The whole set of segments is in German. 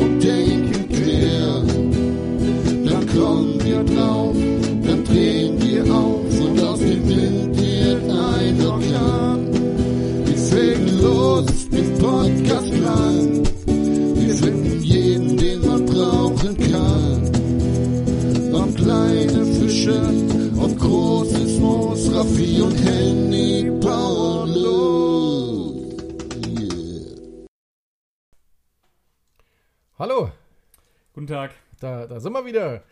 und denken quer. Dann kommen wir drauf, dann drehen wir auf und aus dem Wind wird ein Orkan. Wir fegen los im Podcastland. Wir finden jeden, den man brauchen kann. Ob kleine Fische, ob großes Moos, Raffi und Henny bauen los. Yeah. Hallo, Guten Tag. da, da sind wir wieder.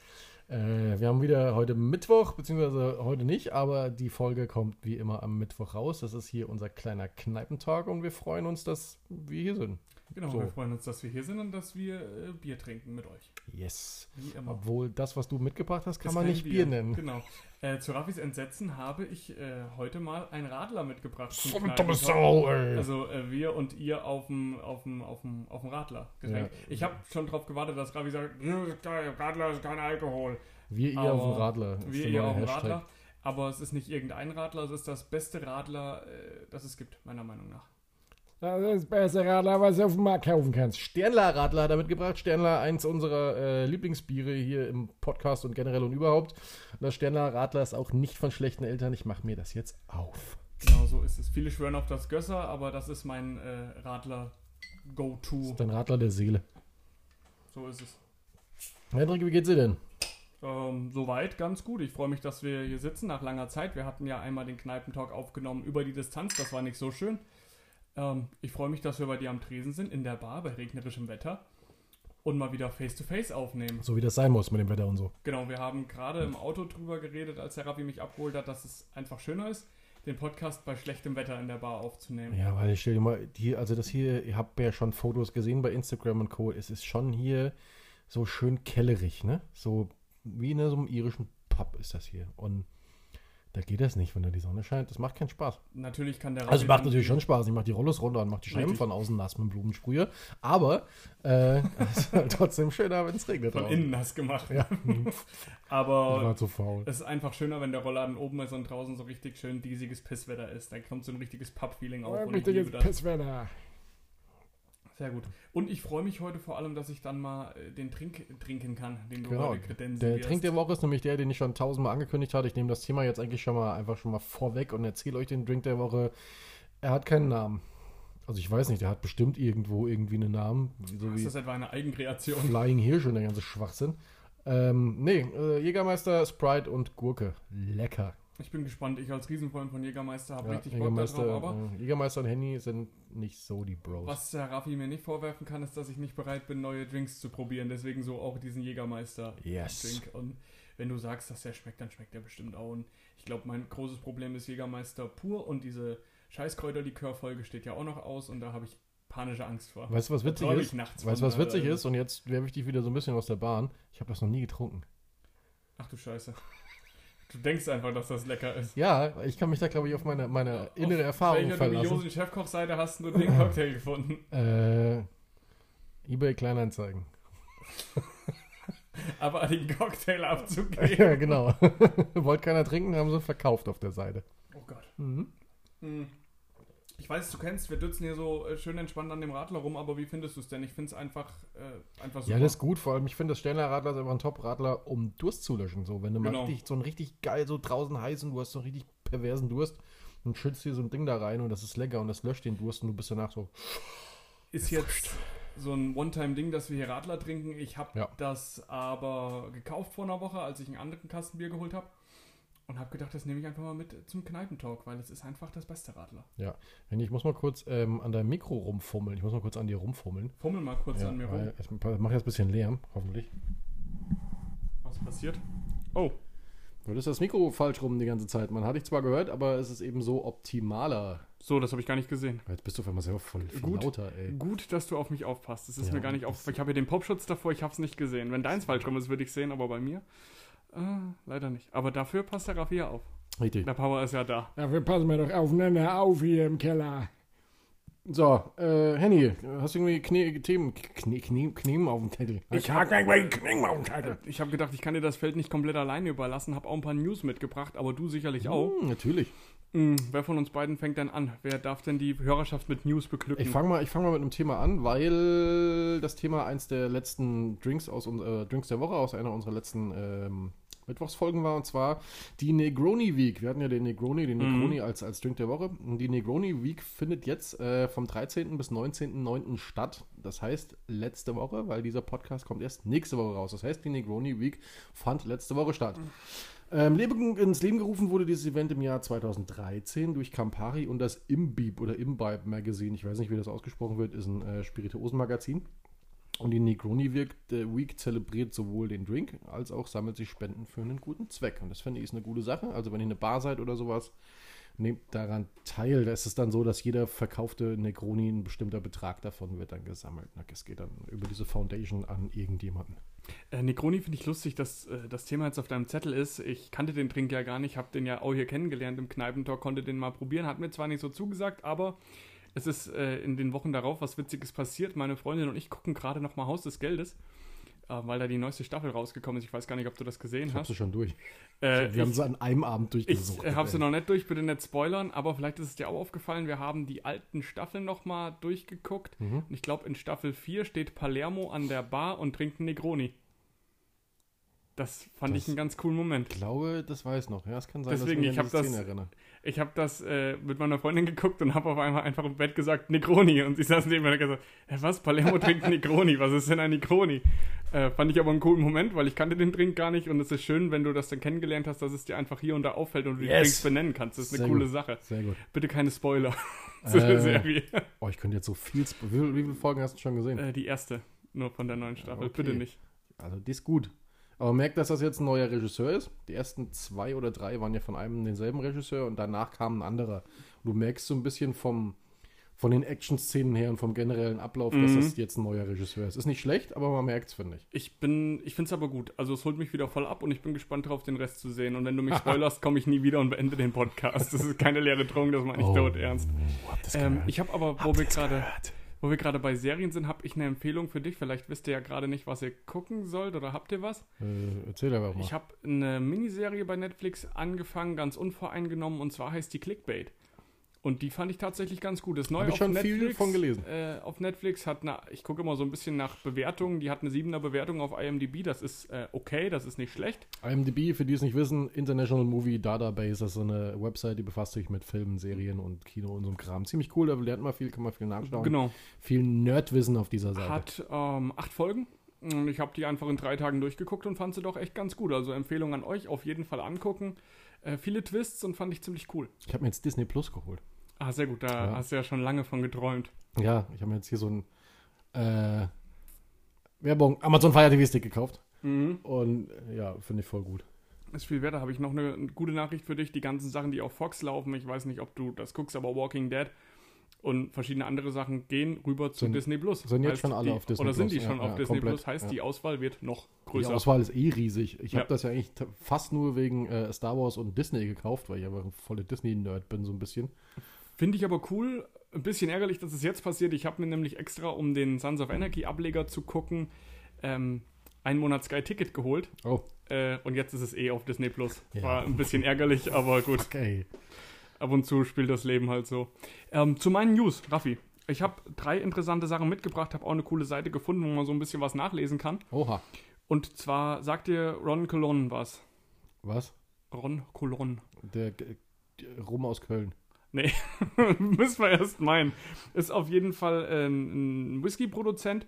Äh, wir haben wieder heute Mittwoch, beziehungsweise heute nicht, aber die Folge kommt wie immer am Mittwoch raus. Das ist hier unser kleiner Kneipentalk und wir freuen uns, dass wir hier sind. Genau, So. wir freuen uns, dass wir hier sind und dass wir äh, Bier trinken mit euch. Yes. Wie immer. Obwohl das, was du mitgebracht hast, kann Ist man kein nicht Bier, nennen. Genau. Äh, zu Raffis Entsetzen habe ich äh, heute mal einen Radler mitgebracht. zum So eine Kneipen- dumme Sau, ey. Also äh, wir und ihr auf dem auf dem auf dem auf dem Radler. Getränk. Ja. Ich habe schon drauf gewartet, dass Raffi sagt, "Nö, ist geil, Radler ist kein Alkohol. Wir ihr auf dem Aber Radler. ist wir der ihr neue auf dem Hashtag. Radler. Aber es ist nicht irgendein Radler, es ist das beste Radler, äh, das es gibt, meiner Meinung nach. Das ist das beste Radler, was du auf dem Markt kaufen kannst. Sternler Radler hat er mitgebracht. Sternler, eins unserer äh, Lieblingsbiere hier im Podcast und generell und überhaupt. Und das Sternler Radler ist auch nicht von schlechten Eltern. Ich mache mir das jetzt auf. Genau so ist es. Viele schwören auf das Gösser, aber das ist mein äh, Radler Das Go-To. ist ein Radler der Seele. So ist es. Hendrik, wie geht's dir denn? Ähm, soweit ganz gut. Ich freue mich, dass wir hier sitzen nach langer Zeit. Wir hatten ja einmal den Kneipentalk aufgenommen über die Distanz. Das war nicht so schön. Ähm, ich freue mich, dass wir bei dir am Tresen sind, in der Bar, bei regnerischem Wetter. Und mal wieder Face-to-Face aufnehmen. So wie das sein muss mit dem Wetter und so. Genau, wir haben gerade im Auto drüber geredet, als der Rabbi mich abgeholt hat, dass es einfach schöner ist, den Podcast bei schlechtem Wetter in der Bar aufzunehmen. Ja, weil ich stell dir mal, die, also das hier, ihr habt ja schon Fotos gesehen bei Instagram und Co. Es ist schon hier so schön kellerig, ne? So wie in so einem irischen Pub ist das hier. Und da geht das nicht, wenn da die Sonne scheint. Das macht keinen Spaß. Natürlich kann der Rabbi Also es macht dann- natürlich schon Spaß. Ich mache die Rollos runter und mache die Scheiben Richtig. von außen nass mit Blumensprühe. Aber äh, es ist halt trotzdem schöner, wenn es regnet. von draußen. innen nass gemacht. Genau. Ja. Aber Ich war zu faul. Es ist einfach schöner, wenn der Rollladen oben ist und draußen so richtig schön diesiges Pisswetter ist. Dann kommt so ein richtiges Pub-Feeling auf. Ein und ich liebe richtiges das. Pisswetter. Sehr gut. Und ich freue mich heute vor allem, dass ich dann mal äh, den Trink trinken kann, den du Genau. heute kredenzen Der wirst. Trink der Woche ist nämlich der, den ich schon tausendmal angekündigt hatte. Ich nehme das Thema jetzt eigentlich schon mal einfach schon mal vorweg und erzähle euch den Drink der Woche. Er hat keinen Namen. Also ich weiß nicht, der hat bestimmt irgendwo irgendwie einen Namen. So Das wie ist etwa eine Eigenkreation. Flying Hirsch und der ganze Schwachsinn. Ähm, nee, äh, Jägermeister, Sprite und Gurke. Lecker. Ich bin gespannt. Ich als Riesenfreund von Jägermeister habe Ja, richtig Bock darauf. Jägermeister, Aber äh, Jägermeister und Henny sind nicht so die Bros. was der Raffi mir nicht vorwerfen kann, ist, dass ich nicht bereit bin, neue Drinks zu probieren. Deswegen so auch diesen Jägermeister. Yes. Drink. Und wenn du sagst, dass der schmeckt, dann schmeckt der bestimmt auch. Und ich glaube, mein großes Problem ist Jägermeister pur und diese Scheißkräuterlikör-Folge steht ja auch noch aus und da habe ich panische Angst vor. Weißt du, was witzig träum ist? nachts Weißt du, von, ähm, äh, was witzig Alter. ist? Und jetzt werfe ich dich wieder so ein bisschen aus der Bahn. Ich habe das noch nie getrunken. Ach du Scheiße. Du denkst einfach, dass das lecker ist. Ja, ich kann mich da, glaube ich, auf meine, meine innere Erfahrung Welcher verlassen. dubiosen Chefkochseite hast du den Cocktail gefunden? Äh, eBay Kleinanzeigen. Aber den Cocktail abzugeben. ja, genau. Wollte keiner trinken, haben sie verkauft auf der Seite. Oh Gott. Mhm. Hm. Ich weiß, du kennst, wir dützen hier so äh, schön entspannt an dem Radler rum, aber wie findest du es denn? Ich finde es einfach, äh, einfach super. Ja, das ist gut. Vor allem, ich finde, das Stellnerradler ist einfach ein Top-Radler, um Durst zu löschen. So, wenn du mal Genau. richtig, so ein richtig geil, so draußen heiß und du hast so einen richtig perversen Durst, dann schützt dir so ein Ding da rein und das ist lecker und das löscht den Durst und du bist danach so. ist jetzt so ein One-Time-Ding, dass wir hier Radler trinken. Ich habe Ja. das aber gekauft vor einer Woche, als ich einen anderen Kastenbier geholt habe. Und habe gedacht, das nehme ich einfach mal mit zum Kneipentalk, weil es ist einfach das beste Radler. Ja. Henny, Ich muss mal kurz ähm, an deinem Mikro rumfummeln. Ich muss mal kurz an dir rumfummeln. Fummel mal kurz Ja, an mir rum. weil ich mache jetzt ein bisschen Lärm, hoffentlich. Was passiert? Oh, Du hattest das Mikro falsch rum die ganze Zeit. Man hatte ich zwar gehört, aber es ist eben so optimaler. so, das habe ich gar nicht gesehen. Jetzt bist du auf einmal selber voll, voll Gut. lauter, ey. Gut, dass du auf mich aufpasst. Das ist Ja, mir gar nicht das- auf. Ich habe hier den Popschutz davor, ich habe es nicht gesehen. Wenn deins falsch rum ist, würde ich sehen, aber bei mir äh, leider nicht. Aber dafür passt der Raffi ja auf. Richtig. Der Power ist ja da. Dafür passen wir doch aufeinander auf hier im Keller. So, äh, Henny, hast du irgendwie Knie, Themen, Knie, Knie, Knie auf dem Zettel? Ich hab gleich meinen Klingelmautenteil. Ich habe Uh. gedacht, ich kann dir das Feld nicht komplett alleine überlassen, habe auch ein paar News mitgebracht, aber du sicherlich auch. Hm, natürlich. Hm, wer von uns beiden fängt denn an? Wer darf denn die Hörerschaft mit News beglücken? Ich fange mal, ich fang mal mit einem Thema an, weil das Thema eins der letzten Drinks aus uns- äh, Drinks der Woche aus einer unserer letzten ähm, Mittwochsfolgen war und zwar die Negroni Week. Wir hatten ja den Negroni, den Negroni als, als Drink der Woche. Und Die Negroni Week findet jetzt äh, vom 13. bis 19.09. statt. Das heißt letzte Woche, weil dieser Podcast kommt erst nächste Woche raus. Das heißt, die Negroni Week fand letzte Woche statt. Ähm, Leben, ins Leben gerufen wurde dieses Event im Jahr 2013 durch Campari und das Imbibe oder Imbibe Magazine. Ich weiß nicht, wie das ausgesprochen wird, ist ein äh, Spirituosenmagazin. Und die Negroni Week- äh, Week zelebriert sowohl den Drink als auch sammelt sich Spenden für einen guten Zweck. Und das finde ich ist eine gute Sache. Also wenn ihr eine Bar seid oder sowas, nehmt daran teil. Da ist es dann so, dass jeder verkaufte Negroni ein bestimmter Betrag davon wird dann gesammelt. Na, Das geht dann über diese Foundation an irgendjemanden. Äh, Negroni finde ich lustig, dass äh, das Thema jetzt auf deinem Zettel ist. Ich kannte den Drink ja gar nicht, habe den ja auch hier kennengelernt im Kneipentor, konnte den mal probieren, hat mir zwar nicht so zugesagt, aber es ist äh, in den Wochen darauf was Witziges passiert. Meine Freundin und ich gucken gerade nochmal Haus des Geldes, äh, weil da die neueste Staffel rausgekommen ist. Ich weiß gar nicht, ob du das gesehen Ich hab's hast. schon durch. Äh, Wir haben ich- sie an einem Abend ich durchgesucht. äh, habe sie noch nicht durch, bitte nicht spoilern, aber vielleicht ist es dir auch aufgefallen, wir haben die alten Staffeln nochmal durchgeguckt. Mhm. Und ich glaube, in Staffel 4 steht Palermo an der Bar und trinkt einen Negroni. Das fand Das- ich einen ganz coolen Moment. Ich glaube, das weiß noch. Ja, es kann sein, dass Deswegen, ich ich mich hab an das- diese Szene erinnere. Ich habe das äh, mit meiner Freundin geguckt und habe auf einmal einfach im Bett gesagt, Negroni. Und sie saß neben mir und hat gesagt, "Hä, was, Palermo trinkt Negroni, was ist denn ein Negroni? Äh, fand ich aber einen coolen Moment, weil ich kannte den Drink gar nicht. Und es ist schön, wenn du das dann kennengelernt hast, dass es dir einfach hier und da auffällt und du die Yes. Drinks benennen kannst. Das ist eine Sehr coole gut. Sache. Sehr gut. Bitte keine Spoiler zu der Äh. Serie. Oh, ich könnte jetzt so viel. Spo- Wie, wie viele Folgen hast du schon gesehen? Äh, die erste, nur von der neuen Staffel. okay. Bitte nicht. Also, die ist gut. Aber merkt, dass das jetzt ein neuer Regisseur ist. Die ersten zwei oder drei waren ja von einem und denselben Regisseur und danach kam ein anderer. Und du merkst so ein bisschen vom, von den Action-Szenen her und vom generellen Ablauf, dass Mhm. das jetzt ein neuer Regisseur ist. Ist nicht schlecht, aber man merkt es, finde ich. Ich bin, ich finde es aber gut. Also es holt mich wieder voll ab und ich bin gespannt drauf, den Rest zu sehen. Und wenn du mich spoilerst, komme ich nie wieder und beende den Podcast. Das ist keine leere Drohung, das meine ich Oh. tot ernst. Hab das Ähm, gehört. ich habe aber, wo Habt wir ihr's gerade, gehört? wo wir gerade bei Serien sind, habe ich eine Empfehlung für dich. Vielleicht wisst ihr ja gerade nicht, was ihr gucken sollt oder habt ihr was? Äh, erzähl einfach mal. Ich habe eine Miniserie bei Netflix angefangen, ganz unvoreingenommen, und zwar heißt die Clickbait. Und die fand ich tatsächlich ganz gut. Das neue Hab ich schon viel von gelesen. Äh, auf Netflix hat eine, ich gucke immer so ein bisschen nach Bewertungen, die hat eine 7er Bewertung auf IMDb, das ist äh, okay, das ist nicht schlecht. IMDb, für die es nicht wissen, International Movie Database, das ist so eine Website, die befasst sich mit Filmen, Serien und Kino und so einem Kram. Ziemlich cool, da lernt man viel, kann man viel nachschauen. Genau. Viel Nerdwissen auf dieser Seite. Hat ähm, acht Folgen. Und ich habe die einfach in drei Tagen durchgeguckt und fand sie doch echt ganz gut. Also Empfehlung an euch, auf jeden Fall angucken. Äh, viele Twists und fand ich ziemlich cool. Ich habe mir jetzt Disney Plus geholt. Ah, sehr gut, da Ja. hast du ja schon lange von geträumt. Ja, ich habe mir jetzt hier so ein äh, Werbung, Amazon Fire TV Stick gekauft. Mhm. Und äh, ja, finde ich voll gut. ist viel wert. Da habe ich noch eine gute Nachricht für dich. Die ganzen Sachen, die auf Fox laufen, ich weiß nicht, ob du das guckst, aber Walking Dead und verschiedene andere Sachen gehen rüber zu Sind- Disney Plus. sind jetzt Heißt, schon alle die, auf Disney Oder sind Plus, die schon ja, auf ja, Disney komplett, Plus? Heißt, ja. die Auswahl wird noch Die größer. Auswahl ist eh riesig. Ich Ja. habe das ja eigentlich t- fast nur wegen äh, Star Wars und Disney gekauft, weil ich aber ein voller Disney-Nerd bin, so ein bisschen. Finde ich aber cool. Ein bisschen ärgerlich, dass es jetzt passiert. Ich habe mir nämlich extra, um den Sons of Anarchy Ableger zu gucken, ähm, einen Monat Sky Ticket geholt. Oh, Äh, und jetzt ist es eh auf Disney Plus. Ja. War ein bisschen ärgerlich, aber gut. okay. Ab und zu spielt das Leben halt so. Ähm, zu meinen News, Raffi. Ich habe drei interessante Sachen mitgebracht, habe auch eine coole Seite gefunden, wo man so ein bisschen was nachlesen kann. Oha. Und zwar sagt dir Ron Colon was. Was? Ron Colon. Der, G- der Rum aus Köln. Nee, müssen wir erst meinen. Ist auf jeden Fall äh, ein Whisky-Produzent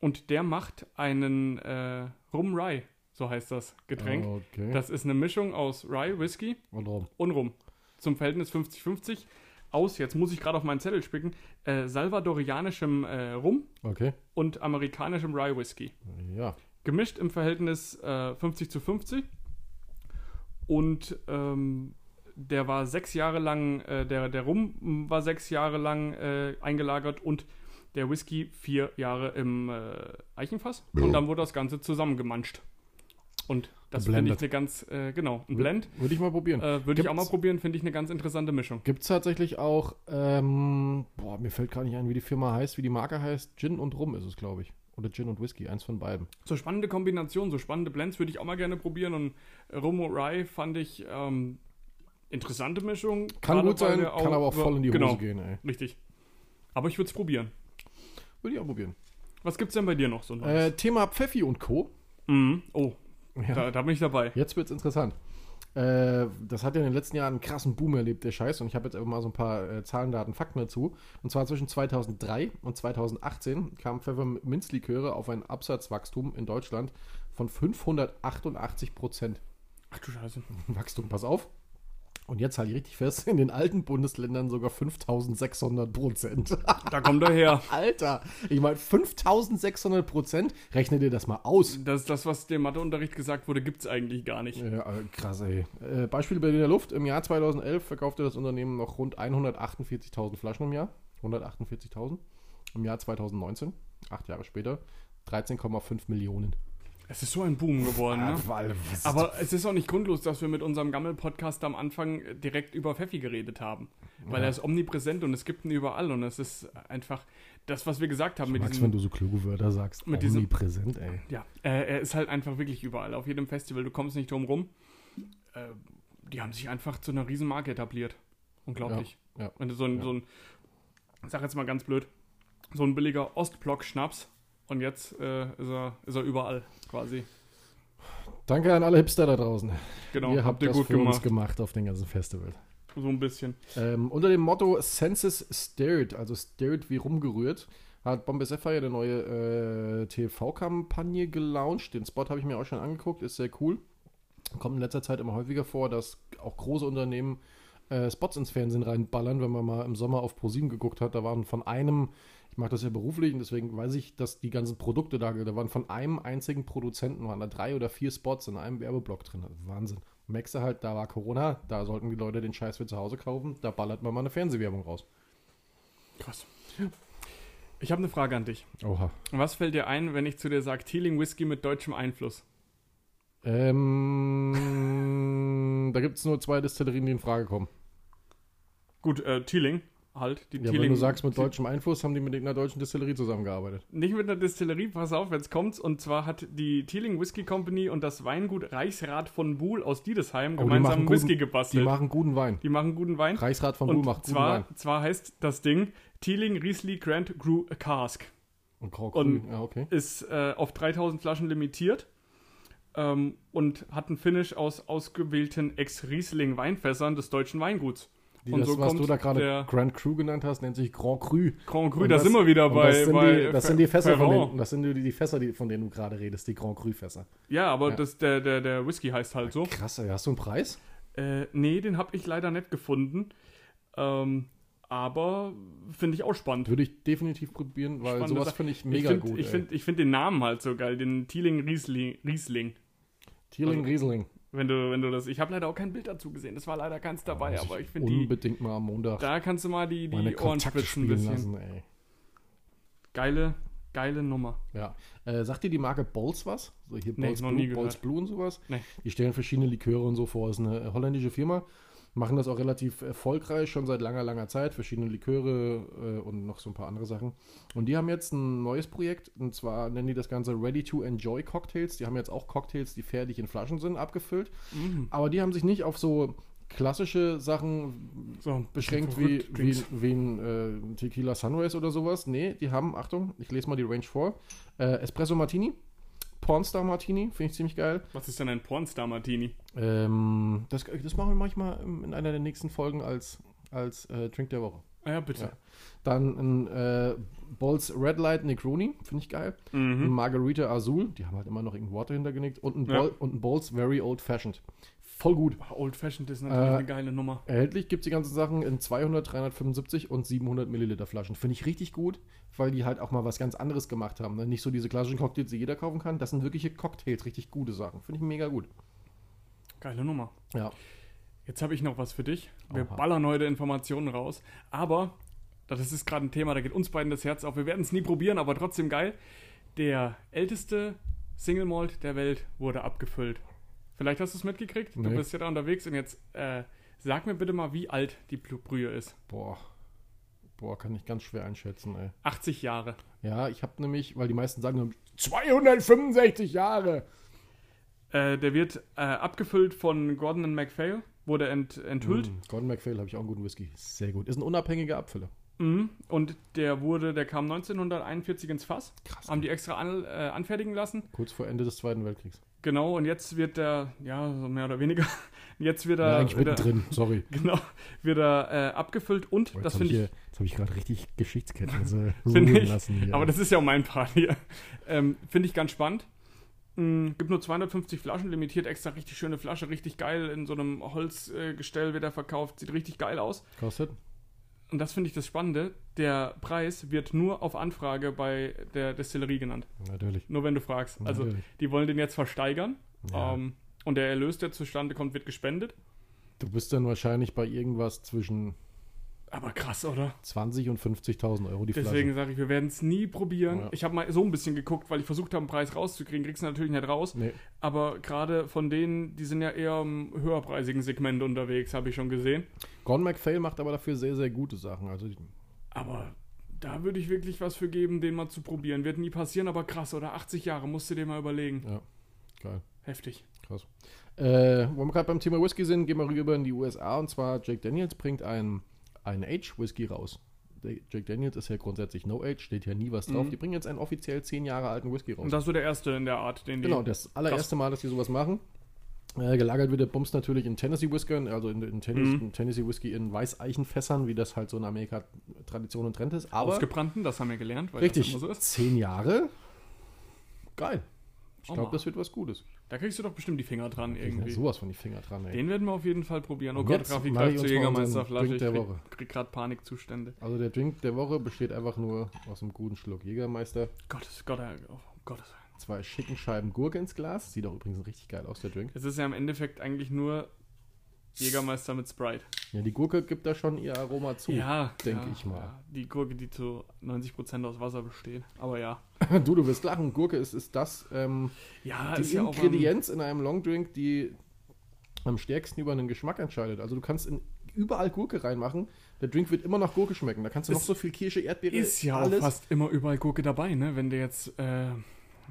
und der macht einen äh, Rum Rye, so heißt das Getränk. Oh, Okay. Das ist eine Mischung aus Rye, Whisky und Rum. und rum. Zum Verhältnis 50-50 aus, jetzt muss ich gerade auf meinen Zettel spicken, äh, salvadorianischem äh, Rum Okay. und amerikanischem Rye Whisky. Ja. Gemischt im Verhältnis äh, 50 zu 50. Und ähm, der war sechs Jahre lang, äh, der, der Rum m, war sechs Jahre lang äh, eingelagert und der Whisky vier Jahre im äh, Eichenfass. Und dann wurde das Ganze zusammengemanscht. Und das finde ich Geblendet. eine ganz, äh, genau, ein Blend. Würde ich mal probieren. Äh, Würde ich auch mal Gibt's- probieren, finde ich eine ganz interessante Mischung. Gibt es tatsächlich auch, ähm, boah, mir fällt gar nicht ein, wie die Firma heißt, wie die Marke heißt. Gin und Rum ist es, glaube ich. Oder Gin und Whisky, eins von beiden. So spannende Kombinationen, so spannende Blends würde ich auch mal gerne probieren. Und Romo Rye fand ich, ähm, interessante Mischung. Kann gerade gut weil sein, wir kann aber auch voll in die Hose genau, gehen, ey. Richtig. Aber ich würde es probieren. Würde ich auch probieren. Was gibt's denn bei dir noch so Neues? Äh, Thema Pfeffi und Co. Mhm. Oh, Ja. da, da bin ich dabei. Jetzt wird's interessant. Äh, das hat ja in den letzten Jahren einen krassen Boom erlebt, der Scheiß. Und ich habe jetzt einfach mal so ein paar äh, Zahlen, Daten, Fakten dazu. Und zwar zwischen 2003 und 2018 kamen Pfefferminzliköre auf ein Absatzwachstum in Deutschland von 588 Prozent. Ach du Scheiße. Wachstum, pass auf. Und jetzt halte ich richtig fest, in den alten Bundesländern sogar 5600 Prozent. Da kommt er her. Alter, ich meine 5600 Prozent, rechne dir das mal aus. Das ist das, was dem Matheunterricht gesagt wurde, gibt's eigentlich gar nicht. Ja, äh, krass, ey. Äh, Beispiel Berliner Luft. Im Jahr 2011 verkaufte das Unternehmen noch rund 148.000 Flaschen im Jahr. 148.000. Im Jahr 2019, acht Jahre später, 13,5 Millionen. Es ist so ein Boom geworden, ne? weil, was aber Aber es ist auch nicht grundlos, dass wir mit unserem Gammel-Podcast am Anfang direkt über Pfeffi geredet haben. Weil er ist omnipräsent und es gibt ihn überall. Und es ist einfach das, was wir gesagt haben. mit Max, diesem, wenn du so kluge Wörter sagst, mit diesem- omnipräsent, ey. ja, äh, er ist halt einfach wirklich überall. Auf jedem Festival, du kommst nicht drum rum. Äh, die haben sich einfach zu einer Riesenmarke etabliert. Unglaublich. Ja, ja, Wenn du so ein, ja. so ein, ich sag jetzt mal ganz blöd, so ein billiger Ostblock-Schnaps. Und jetzt äh, ist, er, ist er überall quasi. Danke an alle Hipster da draußen. Genau, Ihr habt ihr das gut für uns gemacht. gemacht auf den ganzen Festivals. so ein bisschen. Ähm, unter dem Motto Senses Stirred, also Stirred wie rumgerührt, hat Bombay Sapphire eine neue äh, TV-Kampagne gelauncht. Den Spot habe ich mir auch schon angeguckt, ist sehr cool. Kommt in letzter Zeit immer häufiger vor, dass auch große Unternehmen äh, Spots ins Fernsehen reinballern. Wenn man mal im Sommer auf ProSieben geguckt hat, da waren von einem, ich mache das ja beruflich und deswegen weiß ich, dass die ganzen Produkte da, da waren von einem einzigen Produzenten, waren da drei oder vier Spots in einem Werbeblock drin. Also Wahnsinn. Merkst du halt, da war Corona, da sollten die Leute den Scheiß für zu Hause kaufen, da ballert man mal eine Fernsehwerbung raus. Krass. Ich habe eine Frage an dich. Oha. Was fällt dir ein, wenn ich zu dir sage, Teeling Whisky mit deutschem Einfluss? Ähm, da gibt es nur zwei Destillerien, die in Frage kommen. Gut, äh, Teeling halt. Die Ja, wenn du sagst, mit deutschem Einfluss haben die mit einer deutschen Destillerie zusammengearbeitet. Nicht mit einer Destillerie, pass auf, jetzt kommt's. Und zwar hat die Teeling Whisky Company und das Weingut Reichsrat von Buhl aus Diedesheim Oh, die gemeinsam machen Whisky guten- Die gebastelt. machen guten Wein. Die machen guten Wein. Reichsrat von Buhl und macht guten Wein. zwar, zwar heißt das Ding Teeling Riesli Grand Gru Cask. Und und- Graugrün, ja, okay. ist äh, auf 3000 Flaschen limitiert ähm, und hat einen Finish aus ausgewählten Ex-Riesling-Weinfässern des deutschen Weinguts. Die, und das, so was kommt du da der- gerade Grand Cru genannt hast, nennt sich Grand Cru. Grand Cru, Und da das- sind wir wieder und bei. Das sind, bei die, das Fer- sind die Fässer von Ferrand. denen, das sind die, die Fässer, die, von denen du gerade redest, die Grand Cru-Fässer. Ja, aber Ja. Das, der, der, der Whisky heißt halt so. Krass, ey, hast du einen Preis? Äh, nee, den habe ich leider nicht gefunden. Ähm, aber finde ich auch spannend. Würde ich definitiv probieren, weil Spannende sowas Sache. finde ich mega ich find, gut. Ich ey. finde ich find den Namen halt so geil, den Teeling Riesling. Riesling. Teeling also- Riesling. Wenn du, wenn du das. Ich habe leider auch kein Bild dazu gesehen. Das war leider keins dabei, aber ich finde die. Unbedingt mal am Montag Da kannst du mal die, meine die Ohren Kontakte spitzen ein spielen bisschen. lassen, ey. Geile, geile Nummer. Ja. Äh, sagt dir die Marke Bolz was? So hier Nee, Bolz, noch Blue, nie gehört. Bolz Blue und sowas. Nee. Die stellen verschiedene Liköre und so vor. Ist eine äh, holländische Firma. Machen das auch relativ erfolgreich, schon seit langer, langer Zeit. Verschiedene Liköre äh, und noch so ein paar andere Sachen. Und die haben jetzt ein neues Projekt. Und zwar nennen die das Ganze Ready to Enjoy Cocktails. Die haben jetzt auch Cocktails, die fertig in Flaschen sind, abgefüllt. Mhm. Aber die haben sich nicht auf so klassische Sachen So, beschränkt wie, wie, wie ein äh, Tequila Sunrise oder sowas. Nee, die haben, Achtung, ich lese mal die Range vor. Äh, Espresso Martini, Pornstar Martini, finde ich ziemlich geil. Was ist denn ein Pornstar Martini? Ähm, das, das machen wir manchmal in einer der nächsten Folgen als, als äh, Drink der Woche. Ah, ja, bitte. Dann ein äh, Bolz Red Light Negroni, finde ich geil. Ein Mhm. Margarita Azul, die haben halt immer noch irgendein Wort hintergenickt. Und ein, Ja. Bol und ein Bolz Very Old Fashioned. Voll gut. Old Fashioned ist natürlich Äh, eine geile Nummer. Erhältlich gibt es die ganzen Sachen in 200, 375 und 700 Milliliter Flaschen. Finde ich richtig gut, weil die halt auch mal was ganz anderes gemacht haben. Ne? Nicht so diese klassischen Cocktails, die jeder kaufen kann. Das sind wirkliche Cocktails, richtig gute Sachen. Finde ich mega gut. Geile Nummer. Ja. Jetzt habe ich noch was für dich. Wir Oha. ballern heute Informationen raus. Aber, das ist gerade ein Thema, da geht uns beiden das Herz auf. Wir werden es nie probieren, aber trotzdem geil. Der älteste Single Malt der Welt wurde abgefüllt. Vielleicht hast du es mitgekriegt. Du Nee. bist ja da unterwegs und jetzt äh, sag mir bitte mal, wie alt die Brühe ist. Boah. Boah, kann ich ganz schwer einschätzen, ey. 80 Jahre. Ja, ich habe nämlich, weil die meisten sagen, 265 Jahre. Äh, der wird äh, abgefüllt von Gordon and MacPhail. wurde ent, enthüllt. Mm, Gordon MacPhail habe ich auch einen guten Whisky. Sehr gut. Ist ein unabhängiger Abfüller. Mhm. Und der wurde, der kam 1941 ins Fass. Krass. Haben die extra an, äh, anfertigen lassen. Kurz vor Ende des Zweiten Weltkriegs. Genau, und jetzt wird der, ja, so mehr oder weniger, jetzt wird Ja, er, eigentlich wird er mittendrin, sorry. genau, wird er äh, abgefüllt und, Boah, jetzt das hab finde ich ich, hier- Jetzt habe ich gerade richtig Geschichtskenntnisse Find ruhen ich. lassen. Hier. aber das ist ja auch mein Part hier, ähm, finde ich ganz spannend. Mhm, gibt nur 250 Flaschen, limitiert extra richtig schöne Flasche, richtig geil, in so einem Holzgestell äh, Gestell wird er verkauft, sieht richtig geil aus. kostet. Und das finde ich das Spannende, der Preis wird nur auf Anfrage bei der Destillerie genannt. Natürlich. Nur wenn du fragst. Also Natürlich. die wollen den jetzt versteigern. Ja. Ähm, und der Erlös, der zustande kommt, wird gespendet. Du bist dann wahrscheinlich bei irgendwas zwischen Aber krass, oder? 20 und 50.000 Euro die Deswegen sage ich, wir werden es nie probieren. Ja. Ich habe mal so ein bisschen geguckt, weil ich versucht habe, einen Preis rauszukriegen. Kriegst du natürlich nicht raus. Flasche. Nee. Aber gerade von denen, die sind ja eher im höherpreisigen Segment unterwegs, habe ich schon gesehen. Gordon MacPhail macht aber dafür sehr, sehr gute Sachen. Also die- Aber da würde ich wirklich was für geben, den mal zu probieren. Wird nie passieren, aber krass, oder? 80 Jahre, musst du dir mal überlegen. Ja, geil. Heftig. Krass. Äh, wo wir gerade beim Thema Whisky sind, gehen wir rüber in die USA. Und zwar, Jack Daniels bringt einen, einen Age-Whisky raus. Der Jack Daniels ist ja grundsätzlich No-Age, steht ja nie was drauf. Die bringen jetzt einen offiziell 10 Jahre alten Whisky raus. Und das ist so der erste in der Art, den die. Genau, das allererste Mal, dass die sowas machen. Äh, gelagert wird der Bums natürlich in Tennessee Whisky, also in, in, Mhm. Tennis, in Tennessee Whisky in Weißeichenfässern, wie das halt so in Amerika Tradition und Trend ist. Aber Ausgebrannten, das haben wir gelernt, weil richtig, das immer so ist. zehn Jahre, geil. Ich Oh, glaube, Mann. das wird was Gutes. Da kriegst du doch bestimmt die Finger dran Ja, irgendwie. sowas von die Finger dran, ey. Den werden wir auf jeden Fall probieren. Oh Und Gott, jetzt Raffi mache greift ich zur uns mal unseren Jägermeisterflasche. Drink Ich der krieg, Woche. krieg gerade Panikzustände. Also der Drink der Woche besteht einfach nur aus einem guten Schluck Jägermeister, Gottes, Gott, oh, um Gottes Willen. zwei schicken Scheiben Gurke ins Glas. Sieht auch übrigens richtig geil aus, der Drink. Es ist ja im Endeffekt eigentlich nur Jägermeister mit Sprite. Ja, die Gurke gibt da schon ihr Aroma zu, denke ja, ich mal. ja. Die Gurke, die zu 90% aus Wasser besteht. Aber ja. Du, du wirst lachen. Gurke ist, ist das, ähm, Ja, die Ingredienz in einem Longdrink, die am stärksten über einen Geschmack entscheidet. Also du kannst in überall Gurke reinmachen. Der Drink wird immer nach Gurke schmecken. Da kannst du noch Ist- so viel Kirsche, Erdbeere, Ist ja auch fast immer überall Gurke dabei, ne? Wenn du jetzt, äh,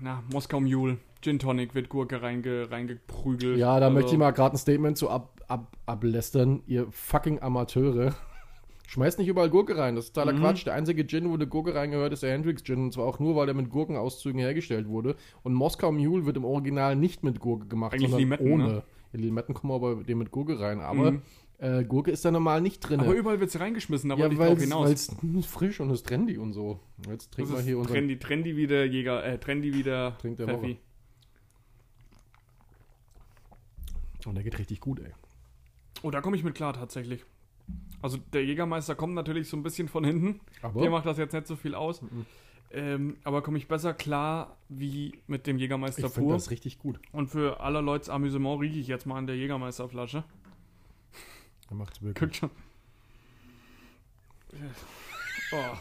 na, Moskau Mule, Gin Tonic wird Gurke reinge, reingeprügelt. Ja, da Also, möchte ich mal gerade ein Statement zu ab, ab, ablästern. Ihr fucking Amateure. Schmeißt nicht überall Gurke rein. Das ist Mhm. totaler Quatsch. Der einzige Gin, wo eine Gurke reingehört, ist der Hendrix Gin. Und zwar auch nur, weil er mit Gurkenauszügen hergestellt wurde. Und Moskau Mule wird im Original nicht mit Gurke gemacht, Eigentlich sondern Limetten, ohne. ne? Mhm. Ja, Limetten kommen aber bei dem mit Gurke rein. Aber äh, Gurke ist da normal nicht drin. Aber überall wird es reingeschmissen, da wollte ja, ich drauf weil hinaus. es frisch und ist trendy und so. Jetzt Das trinken wir ist hier unseren trendy, trendy wie der Jäger, äh, trendy wie der Trink der Woche. Und der geht richtig gut, ey. Oh, da komme ich mit klar tatsächlich. Also der Jägermeister kommt natürlich so ein bisschen von hinten. Aber- Der macht das jetzt nicht so viel aus. Mhm. Ähm, aber komme ich besser klar wie mit dem Jägermeister Ich finde pur. das richtig gut. Und für aller Leuts Amüsement rieche ich jetzt mal an der Jägermeisterflasche. Er macht's wirklich. Guckt schon. Oh,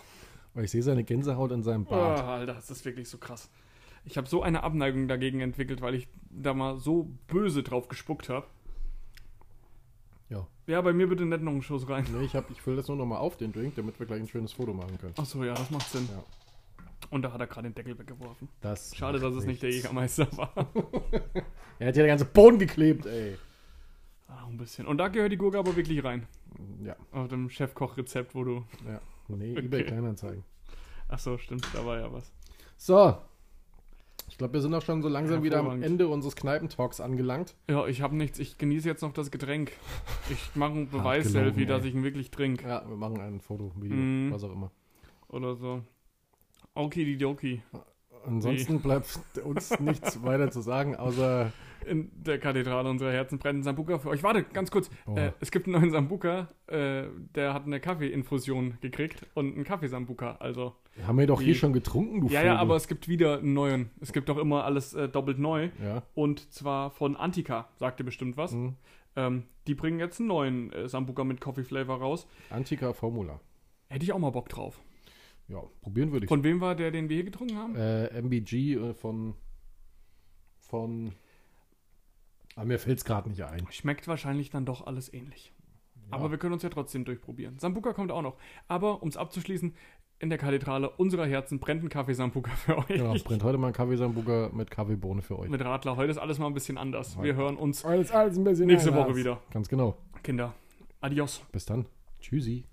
Weil ich sehe seine Gänsehaut in seinem oh, Bart. Alter, das ist wirklich so krass. Ich habe so eine Abneigung dagegen entwickelt, weil ich da mal so böse drauf gespuckt habe. Ja. Ja, bei mir bitte nicht noch einen Schuss rein. Nee, ich, hab, ich fülle das nur nochmal auf, den Drink, damit wir gleich ein schönes Foto machen können. Achso, ja, das macht Sinn. Ja. Und da hat er gerade den Deckel weggeworfen. Das Schade, dass es nicht der Jägermeister war. Er hat ja den ganzen Boden geklebt, ey. Ah, ein bisschen. Und da gehört die Gurke aber wirklich rein. Ja, Auf dem Chefkoch-Rezept, wo du. ja. Nee, eBay Kleinanzeigen. Achso, stimmt, da war ja was. So. Ich glaube, wir sind auch schon so langsam wieder am Hervorragend. Ende unseres Kneipentalks angelangt. Ja, ich habe nichts. Ich genieße jetzt noch das Getränk. Ich mache ein gelogen, Beweis-Selfie, ey. dass ich ihn wirklich trinke. Ja, wir machen ein Foto, Video, Mhm. was auch immer. Oder so. Okididoki. Ansonsten bleibt uns nichts weiter zu sagen, außer In der Kathedrale unserer Herzen brennt ein Sambuka für euch. Warte, ganz kurz. Oh. Äh, es gibt einen neuen Sambuka. Äh, der hat eine Kaffeeinfusion gekriegt und einen Kaffeesambuka. Also. haben wir doch Wie? eh schon getrunken, du Ja, Vogel. ja, aber es gibt wieder einen neuen. Es gibt auch immer alles äh, doppelt neu. Ja, Und zwar von Antika, sagt ihr bestimmt was. Mhm. Ähm, die bringen jetzt einen neuen äh, Sambuka mit Coffee Flavor raus. Antika Formula. Hätte ich auch mal Bock drauf. Ja, probieren würde ich. Von wem war der, den wir hier getrunken haben? äh, MBG äh, von von aber mir fällt es gerade nicht ein. Schmeckt wahrscheinlich dann doch alles ähnlich. Aber wir können uns ja trotzdem durchprobieren. Sambuka kommt auch noch. Aber um es abzuschließen, in der Kathedrale unserer Herzen brennt ein Kaffee Sambuka für euch. Genau, brennt heute mal ein Kaffeesambuka mit Kaffeebohne für euch. Mit Radler. Heute ist alles mal ein bisschen anders. Wir hören uns Alles, alles ein bisschen nächste anders. Woche wieder. Ganz genau. Kinder, adios. Bis dann. Tschüssi.